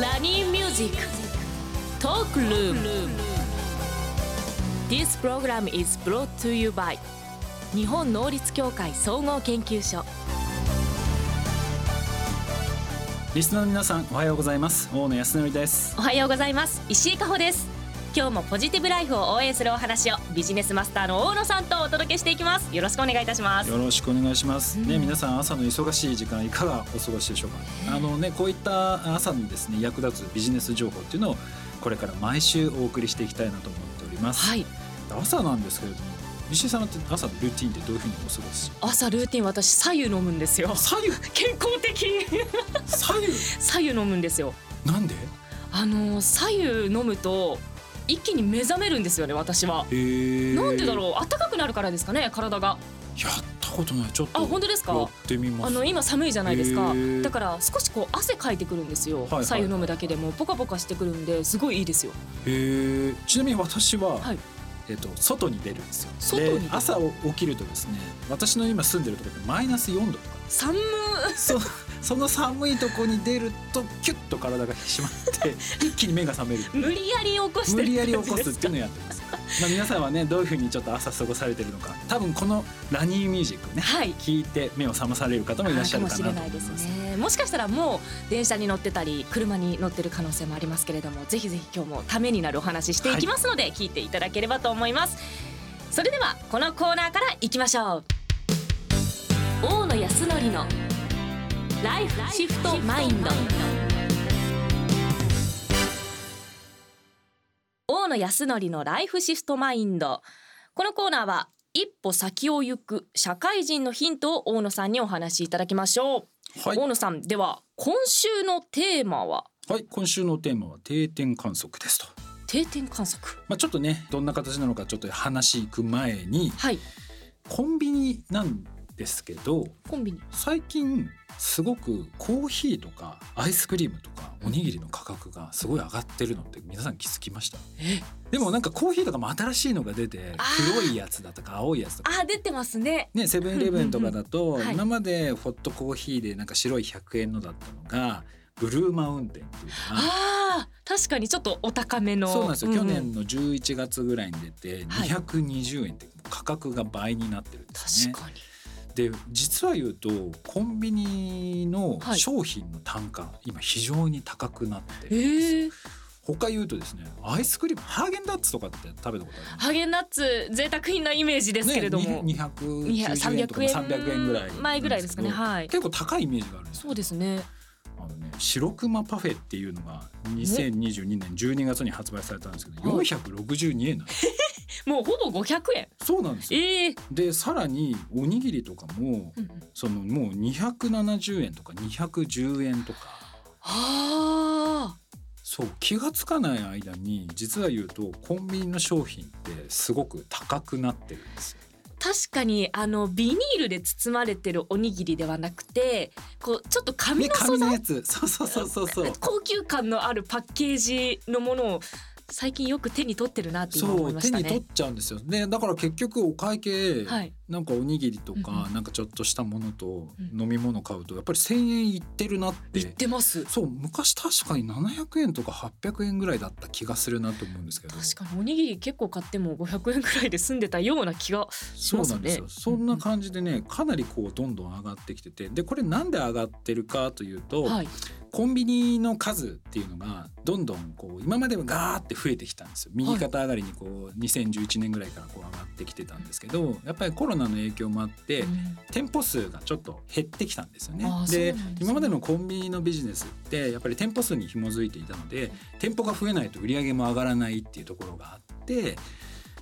ラニーミュージックトークルーム This program is brought to you by 日本能率協会総合研究所リスナーの皆さんおはようございます大野康則ですおはようございます石井加穂です今日もポジティブライフを応援するお話をビジネスマスターの大野さんとお届けしていきますよろしくお願いいたしますよろしくお願いします、うねん皆さん朝の忙しい時間いかがお過ごしでしょうかあのねこういった朝にですね役立つビジネス情報っていうのをこれから毎週お送りしていきたいなと思っております、はい朝なんですけれども石井さんって朝のルーティンってどういうふうにお過ごし朝ルーティン私左右飲むんです よ左右健康的左右左右飲むんですよ なんであのー左右飲むと一気に目覚めるんですよね私はえーなんでだろう暖かくなるからですかね体がやったことないちょっとあ本当ですかやってみますあの今寒いじゃないですかへーだから少しこう汗かいてくるんですよいはい左右飲むだけでもポカポカしてくるんですごいいい ですよえーちなみに私は、はいえっと外に出るんですよ外に出るで朝起きるとですね私の今住んでるところってマイナス4度とか寒そ その寒いとこに出るとキュッと体が引き締まって 一気に目が覚めるい無理やり起こして無る理やり感起じこですすっていうのをやっ てます、まあ、皆さんはねどういうふうにちょっと朝過ごされてるのか多分このラニーミュージックねはい聞いて目を覚まされる方もいらっしゃるかなとあ思ーかいもしれないまですすねもしかしたらもう電車に乗ってたり車に乗ってる可能性もありますけれどもぜひぜひ今日もためになるお話ししていきますので、聞いていただければと思いますそれではこのコーナーからいきましょう大野康則のライフシフトマインド大野康則のライフシフトマインドこのコーナーは一歩先を行く社会人のヒントを大野さんにお話しいただきましょう、はい大野さんでは今週のテーマははい、今週のテーマは定点観測ですと、定点観測まあ、ちょっとねどんな形なのかちょっと話行く前にはいコンビニなんですけどコンビニ最近すごくコーヒーとかアイスクリームとかおにぎりの価格がすごい上がってるのって皆さん気づきましたえでもなんかコーヒーとかも新しいのが出てあー黒いやつだとか青いやつとかあ出てますねねセブンイレブンとかだとはい今までホットコーヒーでなんか白い100円のだったのがブルーマウンテンっていうのがあー確かにちょっとお高めのそうなんですよ、ん去年の11月ぐらいに出てはい220円って価格が倍になってるんですね。確かに、で実は言うとコンビニのはい商品の単価、今非常に高くなってるんですよえー、他言うとですねアイスクリームハーゲンダッツとかって食べたことありますハーゲンダッツ贅沢品なイメージですけれども、ね、に290いや円とか300 300円ぐらい前ぐらいですかねはい結構高いイメージがあるんですよそうですねあのね白熊パフェっていうのが2022年12月に発売されたんですけどはい462円なんですもうほぼ500円そうなんですよええでさらにおにぎりとかもーうんうんそのもう270円とか210円とかあそう気がつかない間に実は言うとコンビニの商品ってすごく高くなってるんですよ。ー確かにあのビニールで包まれてるおにぎりではなくてこうちょっと紙ねの素紙の材やつそうそうそうそうそう。高級感のあるパッケージのものを最近よく手に取ってるなって今そ思いうま手したに取っね。ちゃうんですよ。でだから結局お会計、はい、なんかおにぎりとうんか、うんなんかちょっとしたものとうん飲み物買うとやっぱり1,000円いってるなって。言ってます。そう昔確かに700円とか800円ぐらいだった気がするなと思うんですけど確かにおにぎり結構買っても500円くらいで済んでたような気がしそうますなんですねよ。。そんな感じでね、かなりこうどんどん上がってきてて、でこれなんで上がってるかというと、はい。コンビニの数っていうのがどんどんこう今まではガーって増えてきたんですよ。右肩上がりにこう2011年ぐらいからこう上がってきてたんですけど、やっぱりコロナの影響もあって、うん店舗数がちょっと減ってきたんですよねあ。ーそうなんでですね今までのコンビニのビジネスってやっぱり店舗数に紐づいていたので店舗が増えないと売り上げも上がらないっていうところがあって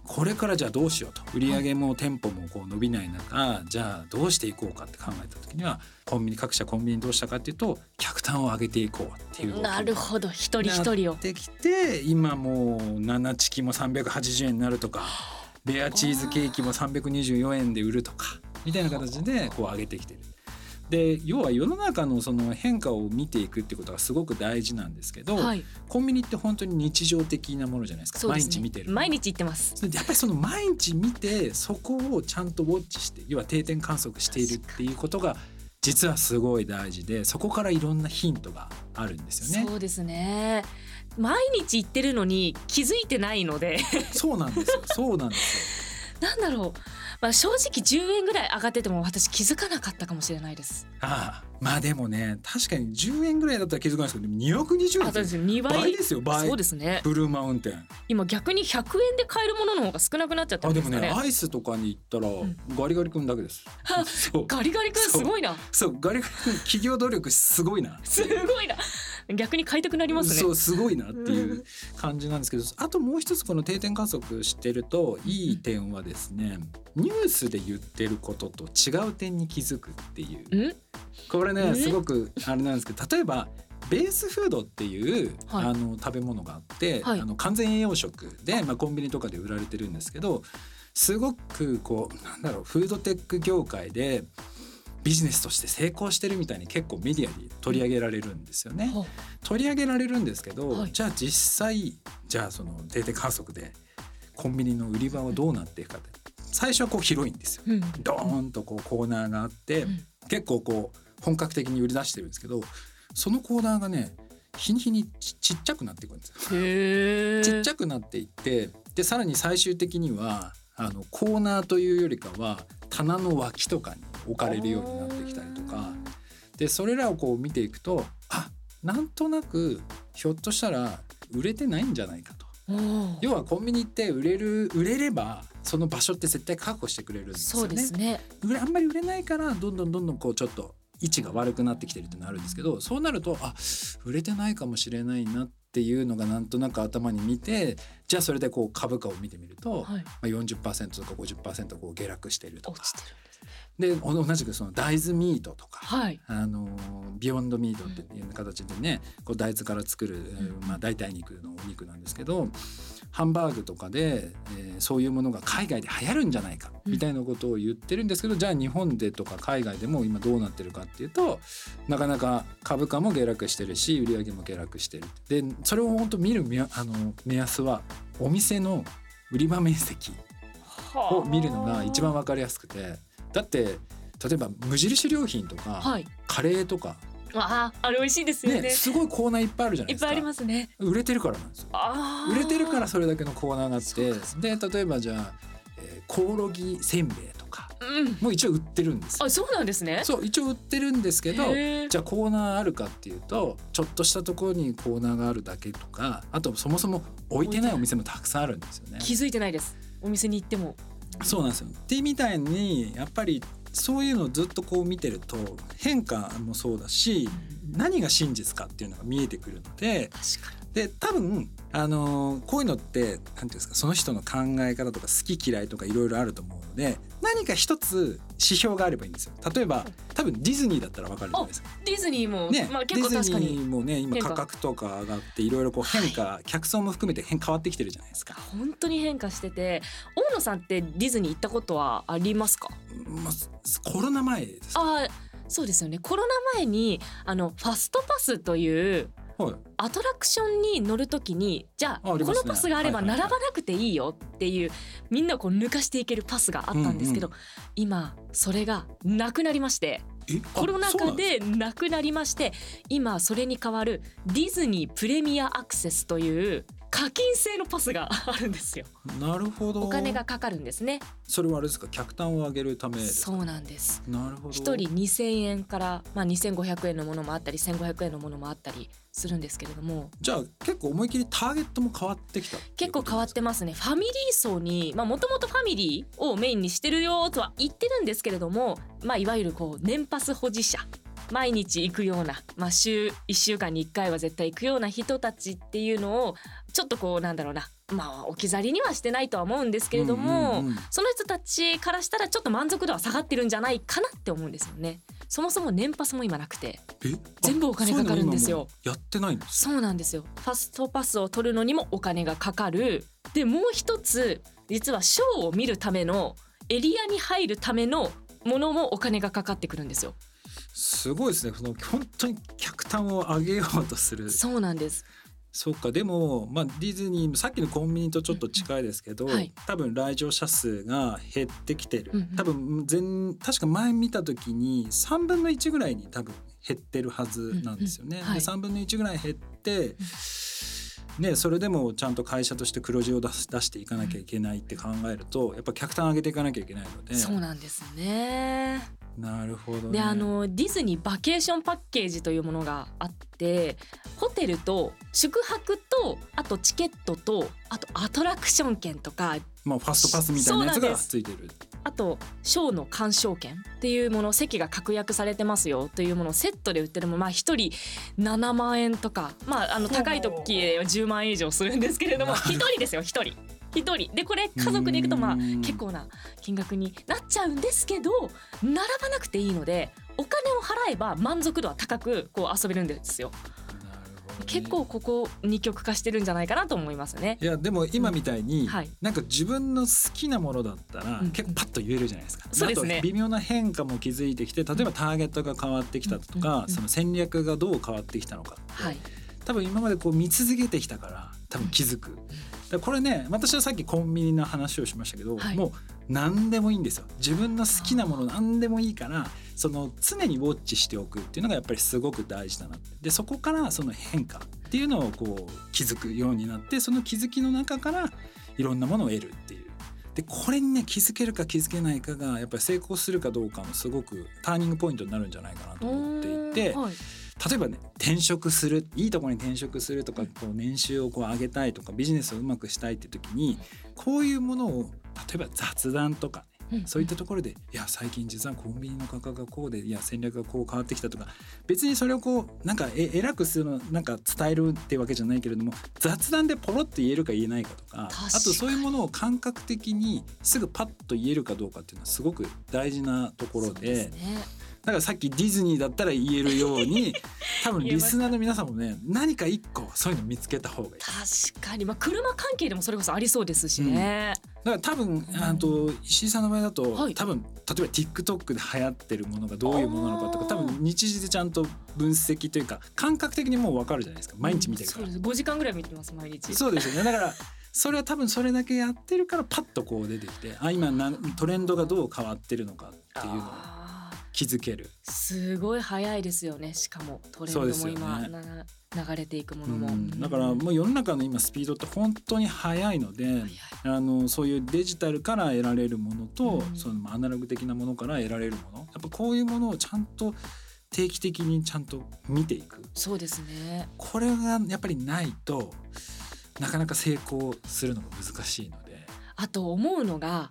これからじゃあどうしようと売り上げも店舗もこう伸びない中、じゃあどうしていこうかって考えた時にはコンビニ各社コンビニどうしたかっていうと客単を上げていこうっていう動きになるほど一人一人をなってきて今もう7チキも380円になるとかレアチーズケーキも324円で売るとかみたいな形でこう上げてきてる。で要は世の中のその変化を見ていくってことがすごく大事なんですけど、はい。コンビニって本当に日常的なものじゃないですかそうで毎すね日見てる毎日行ってます。やっぱりその毎日見てそこをちゃんとウォッチして要は定点観測しているっていうことが実はすごい大事でそこからいろんなヒントがあるんですよねそ。うですね毎日行ってるのに気づいてないので そうなんですよ。そうなんですなんだろう、まあ、正直10円ぐらい上がってても私気づかなかったかもしれないですよ。ああ、まあでもね、確かに10円ぐらいだったら気づかないですけど、でも220あ円そうでですすよ。よ2倍倍ですよ。倍そう。ですねブルーマウンテン。今逆に100円で買えるものの方が少なくなっちゃってあ、まですもかねね、アイスとかに行ったらんガリガリ君だ けです。はそう。ガリガリ君すごいなそうガリガリ君企業努力すごいな。すごいな逆に買いたくなりますねそうすごいなっていうう感じなんですけど、あともう一つこの定点観測してるといい点はですね、ニュースで言ってることと違う点に気づくっていう。うんこれうねんすごくあれなんですけど、例えば。ベースフードっていう、はいあの食べ物があって、はいあの完全栄養食で、まあ、コンビニとかで売られてるんですけどすごくこうなんだろうフードテック業界でビジネスとして成功してるみたいに結構メディアに取り上げられるんですよね。ほう取り上げられるんですけど、はいじゃあ実際じゃあその定点観測でコンビニの売り場はどうなっていくかって最初はこう広いんですよ。うんドーンとこうコーナーがあって、うん結構こう本格的に売り出してるんですけどそのコーナーがね日に日にちちっちゃくなっていくんですよ。へえちっちゃくなっていってでさらに最終的にはあのコーナーというよりかは棚の脇とかに置かれるようになってきたりとか。でそれらをこう見ていくとあなんとなくひょっとしたら売れてないんじゃないかとおー要はコンビニって売れる売れればその場所って絶対確保してくれるんですそようでねすね売れ あんまり売れないからどんどんどんどんこうちょっと位置が悪くなってきてるってのあるんですけどそうなるとあ売れてないかもしれないなっていうのがなんとなく頭に見てじゃあそれでこう株価を見てみると、はいまあ、40%とか50%こう下落していると落かちてるで同じくその大豆ミートとか、はいあのービヨンドミートっていう形でね、こう大豆から作る、んまあ、代替肉のお肉なんですけどハンバーグとかで、えーそういうものが海外で流行るんじゃないかうんみたいなことを言ってるんですけど、じゃあ日本でとか海外でも今どうなってるかっていうとなかなか株価も下落してるし売り上げも下落してるでそれを本当見る目あの目安はお店の売り場面積を見るのが一番わかりやすくてだって例えば無印良品とか、はいカレーとかあああれ美味しいですよねね、すごいコーナーいっぱいあるじゃないいでっすぱいか。ありますね売れてるからなんですよ。あー売れてるからそれだけのコーナーがあそうかそって、で例えばじゃあ、えーコオロギせんべいとかうんもう一応売ってるんですよ。あそうなんですねそう一応売ってるんですけど、へーじゃあコーナーあるかっていうと、ちょっとしたところにコーナーがあるだけとか、あとそもそも置いてないお店もたくさんあるんですよね。気づいてないですお店に行ってもそうなんですよ。ってみたいにやっぱりそういうのをずっとこう見てると変化もそうだし、何が真実かっていうのが見えてくるので。確かで多分あのーこういうのってなんていうんですかその人の考え方とか好き嫌いとかいろいろあると思うので何か一つ指標があればいいんですよ例えば多分ディズニーだったらわかるじゃないですか。にディズニーも、ね、まあ結構ディズ確かニにーもね今変化価格とか上がっていろいろこう変化、客層も含めて変変わってきてるじゃないですか。本当に変化してて大野さんってディズニー行ったことはありますかまあ、コロナ前です。あーそうですよねコロナ前にあのファストパスというはい、アトラクションに乗るときにじゃああありこますねのパスがあればはいはい並はいばなくていいよっていうみんなをこう抜かしていけるパスがあったんですけど、う今それがなくなりましてえあコロナそう禍なんすでなくなりまして今それに代わるディズニープレミアアクセスという課金制のパスがあるんですよなるほどお金がかかるんですねそれはあれですか客単を上げるためですそうなんですなるほど1人2,000円から、まあ、2,500円のものもあったり1,500円のものもあったりするんですけれどもじゃあ結構思い切りターゲットも変わってきたてい結うこ構と変わってますねファミリー層にまあもともとファミリーをメインにしてるよとは言ってるんですけれども、まあ、いわゆるこう年パス保持者毎日行くような、まあ、週1週間に1回は絶対行くような人たちっていうのをちょっとこうなんだろうなまあ置き去りにはしてないとは思うんですけれども、うんうんうんその人たちからしたらちょっと満足度は下がってるんじゃないかなって思うんですよね。そもそも年パスも今なくてえ全部お金かかるんですよ。あそういうの今もうやってないんです。そうなんですよファストパスを取るのにもお金がかかるでもう一つ実はショーを見るためのエリアに入るためのものもお金がかかってくるんですよすごいですね。その本当に客単を上げようとする。そうなんですそうか。でもまあディズニーさっきのコンビニとちょっと近いですけど、はい多分来場者数が減ってきてる。うんうん多分全確か前見た時に3分の1ぐらいに多分減ってるはずなんですよね。うんうんはいで3分の1ぐらい減って、ね、それでもちゃんと会社として黒字を出す出していかなきゃいけないって考えるとやっぱ客単上げていかなきゃいけないのでそうなんですね。なるほど、ね、であのディズニーバケーションパッケージというものがあってホテルと宿泊とあとチケットとあとアトラクション券とかまあ、ファストパスみたいなやつそうなんでがすついてるあとショーの鑑賞券っていうもの席が確約されてますよというものをセットで売ってるのもまあ1人7万円とかまああのほう高い時では10万円以上するんですけれどもなる1人ですよ1人1人でこれ家族で行くとまあ結構な金額になっちゃうんですけど並ばなくていいのでお金を払えば満足度は高くこう遊べるんですよなるほどね、結構ここ二極化してるんじゃないかなと思いますねいやでも今みたいに、んはいなんか自分の好きなものだったら、うん結構パッと言えるじゃないですか。そうですねあと微妙な変化も気づいてきて例えばターゲットが変わってきたとうんうんか、うんその戦略がどう変わってきたのかって、はい多分今までこう見続けてきたから多分気づく。だからこれね私はさっきコンビニの話をしましたけど、はいもう何でもいいんですよ。自分の好きなもの何でもいいからその常にウォッチしておくっていうのがやっぱりすごく大事だなってでそこからその変化っていうのをこう気づくようになってその気づきの中からいろんなものを得るっていう。でこれにね気づけるか気づけないかがやっぱり成功するかどうかもすごくターニングポイントになるんじゃないかなと思っていて、おーはい例えばね転職するいいところに転職するとかこう年収をこう上げたいとかビジネスをうまくしたいって時にこういうものを例えば雑談とかね、うんそういったところで「いや最近実はコンビニの価格がこうでいや戦略がこう変わってきた」とか別にそれをこうなんかえ偉くするのなんか伝えるってわけじゃないけれども雑談でポロッと言えるか言えないかとか確かにあとそういうものを感覚的にすぐパッと言えるかどうかっていうのはすごく大事なところそうですねだからさっきディズニーだったら言えるよう に多分リスナーの皆さんもね何か一個そういうの見つけた方がいいだ確かに、まあ、車関係でもそれこそありそうですしね。から多分あと石井さんの場合だと、はい多分例えば TikTok で流行ってるものがどういうものなのかとかあー多分日時でちゃんと分析というか感覚的にもう分かるじゃないですか毎日見てるかそうら、です5時間ぐらい見てます毎日そうですよねだからそれは多分それだけやってるからパッとこう出てきてあ今なトレンドがどう変わってるのかっていうのをあー気づけるすごい早いですよねしかもトレンドそもうですよ今、ねなな流れていくもうのも、んだからもう世の中の今スピードって本当に速いので、早いあのそういうデジタルから得られるものと、うんそのまあアナログ的なものから得られるものやっぱこういうものをちゃんと定期的にちゃんと見ていくそうですねこれがやっぱりないとなかなか成功するのが難しいのであと思うのが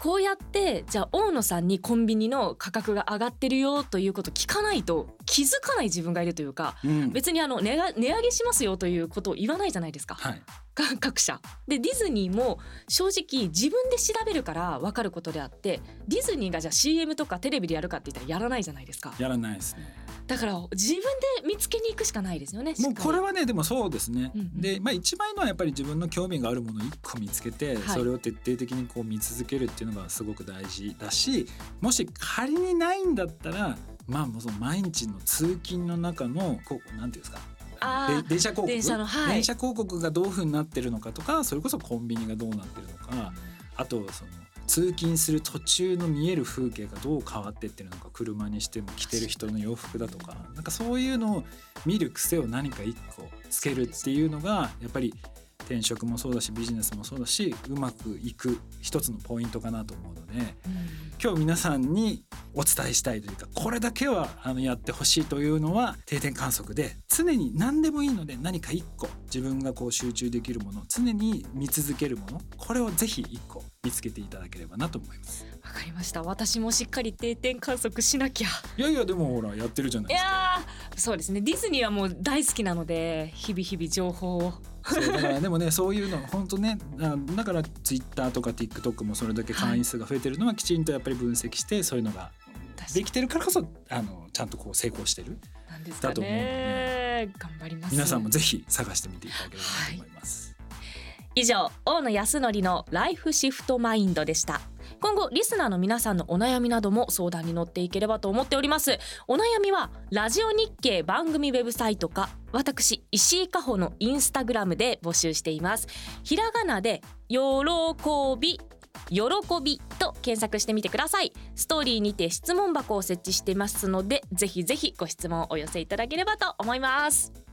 こうやってじゃあ大野さんにコンビニの価格が上がってるよということ聞かないと気づかない自分がいるというか、うん別にあの値が値上げしますよということを言わないじゃないですか、はい、が各社でディズニーも正直自分で調べるから分かることであってディズニーがじゃあ CM とかテレビでやるかって言ったらやらないじゃないですかやらないですね。だから自分で見つけに行くしかないですよねもうこれははねでもそうですね。うんうんで、まあ、一番いいのはやっぱり自分の興味があるものを1個見つけて、はいそれを徹底的にこう見続けるっていうのがすごく大事だしもし仮にないんだったらまあもうその毎日の通勤の中のこうなんていうんですかあーで電車広告電車のはい電車広告がどういうふうになってるのかとかそれこそコンビニがどうなってるのかあとその通勤する途中の見える風景がどう変わってってるのか車にしても着てる人の洋服だとかなんかそういうのを見る癖を何か一個つけるっていうのがやっぱり転職もそうだしビジネスもそうだしうまくいく一つのポイントかなと思うので今日皆さんにお伝えしたいというかこれだけはあのやってほしいというのは定点観測で常に何でもいいので何か一個自分がこう集中できるもの常に見続けるものこれをぜひ一個見つけていただければなと思いますわかりました私もしっかり定点観測しなきゃいやいやでもほらやってるじゃないいやーそうですねディズニーはもう大好きなので日々日々情報をそうだからでもねそういうの本当ねあだから Twitter とか TikTok もそれだけ会員数が増えてるのはきちんとやっぱり分析してそういうのができてるからこそあのちゃんとこう成功してるなんですかだと思うのね頑張ります皆さんもぜひ探してみていただければなと思います。以上大野康則のライフシフトマインドでした今後リスナーの皆さんのお悩みなども相談に乗っていければと思っておりますお悩みはラジオ日経番組ウェブサイトか私石井加穂のインスタグラムで募集していますひらがなで喜び喜びと検索してみてくださいストーリーにて質問箱を設置してますのでぜひぜひご質問をお寄せいただければと思います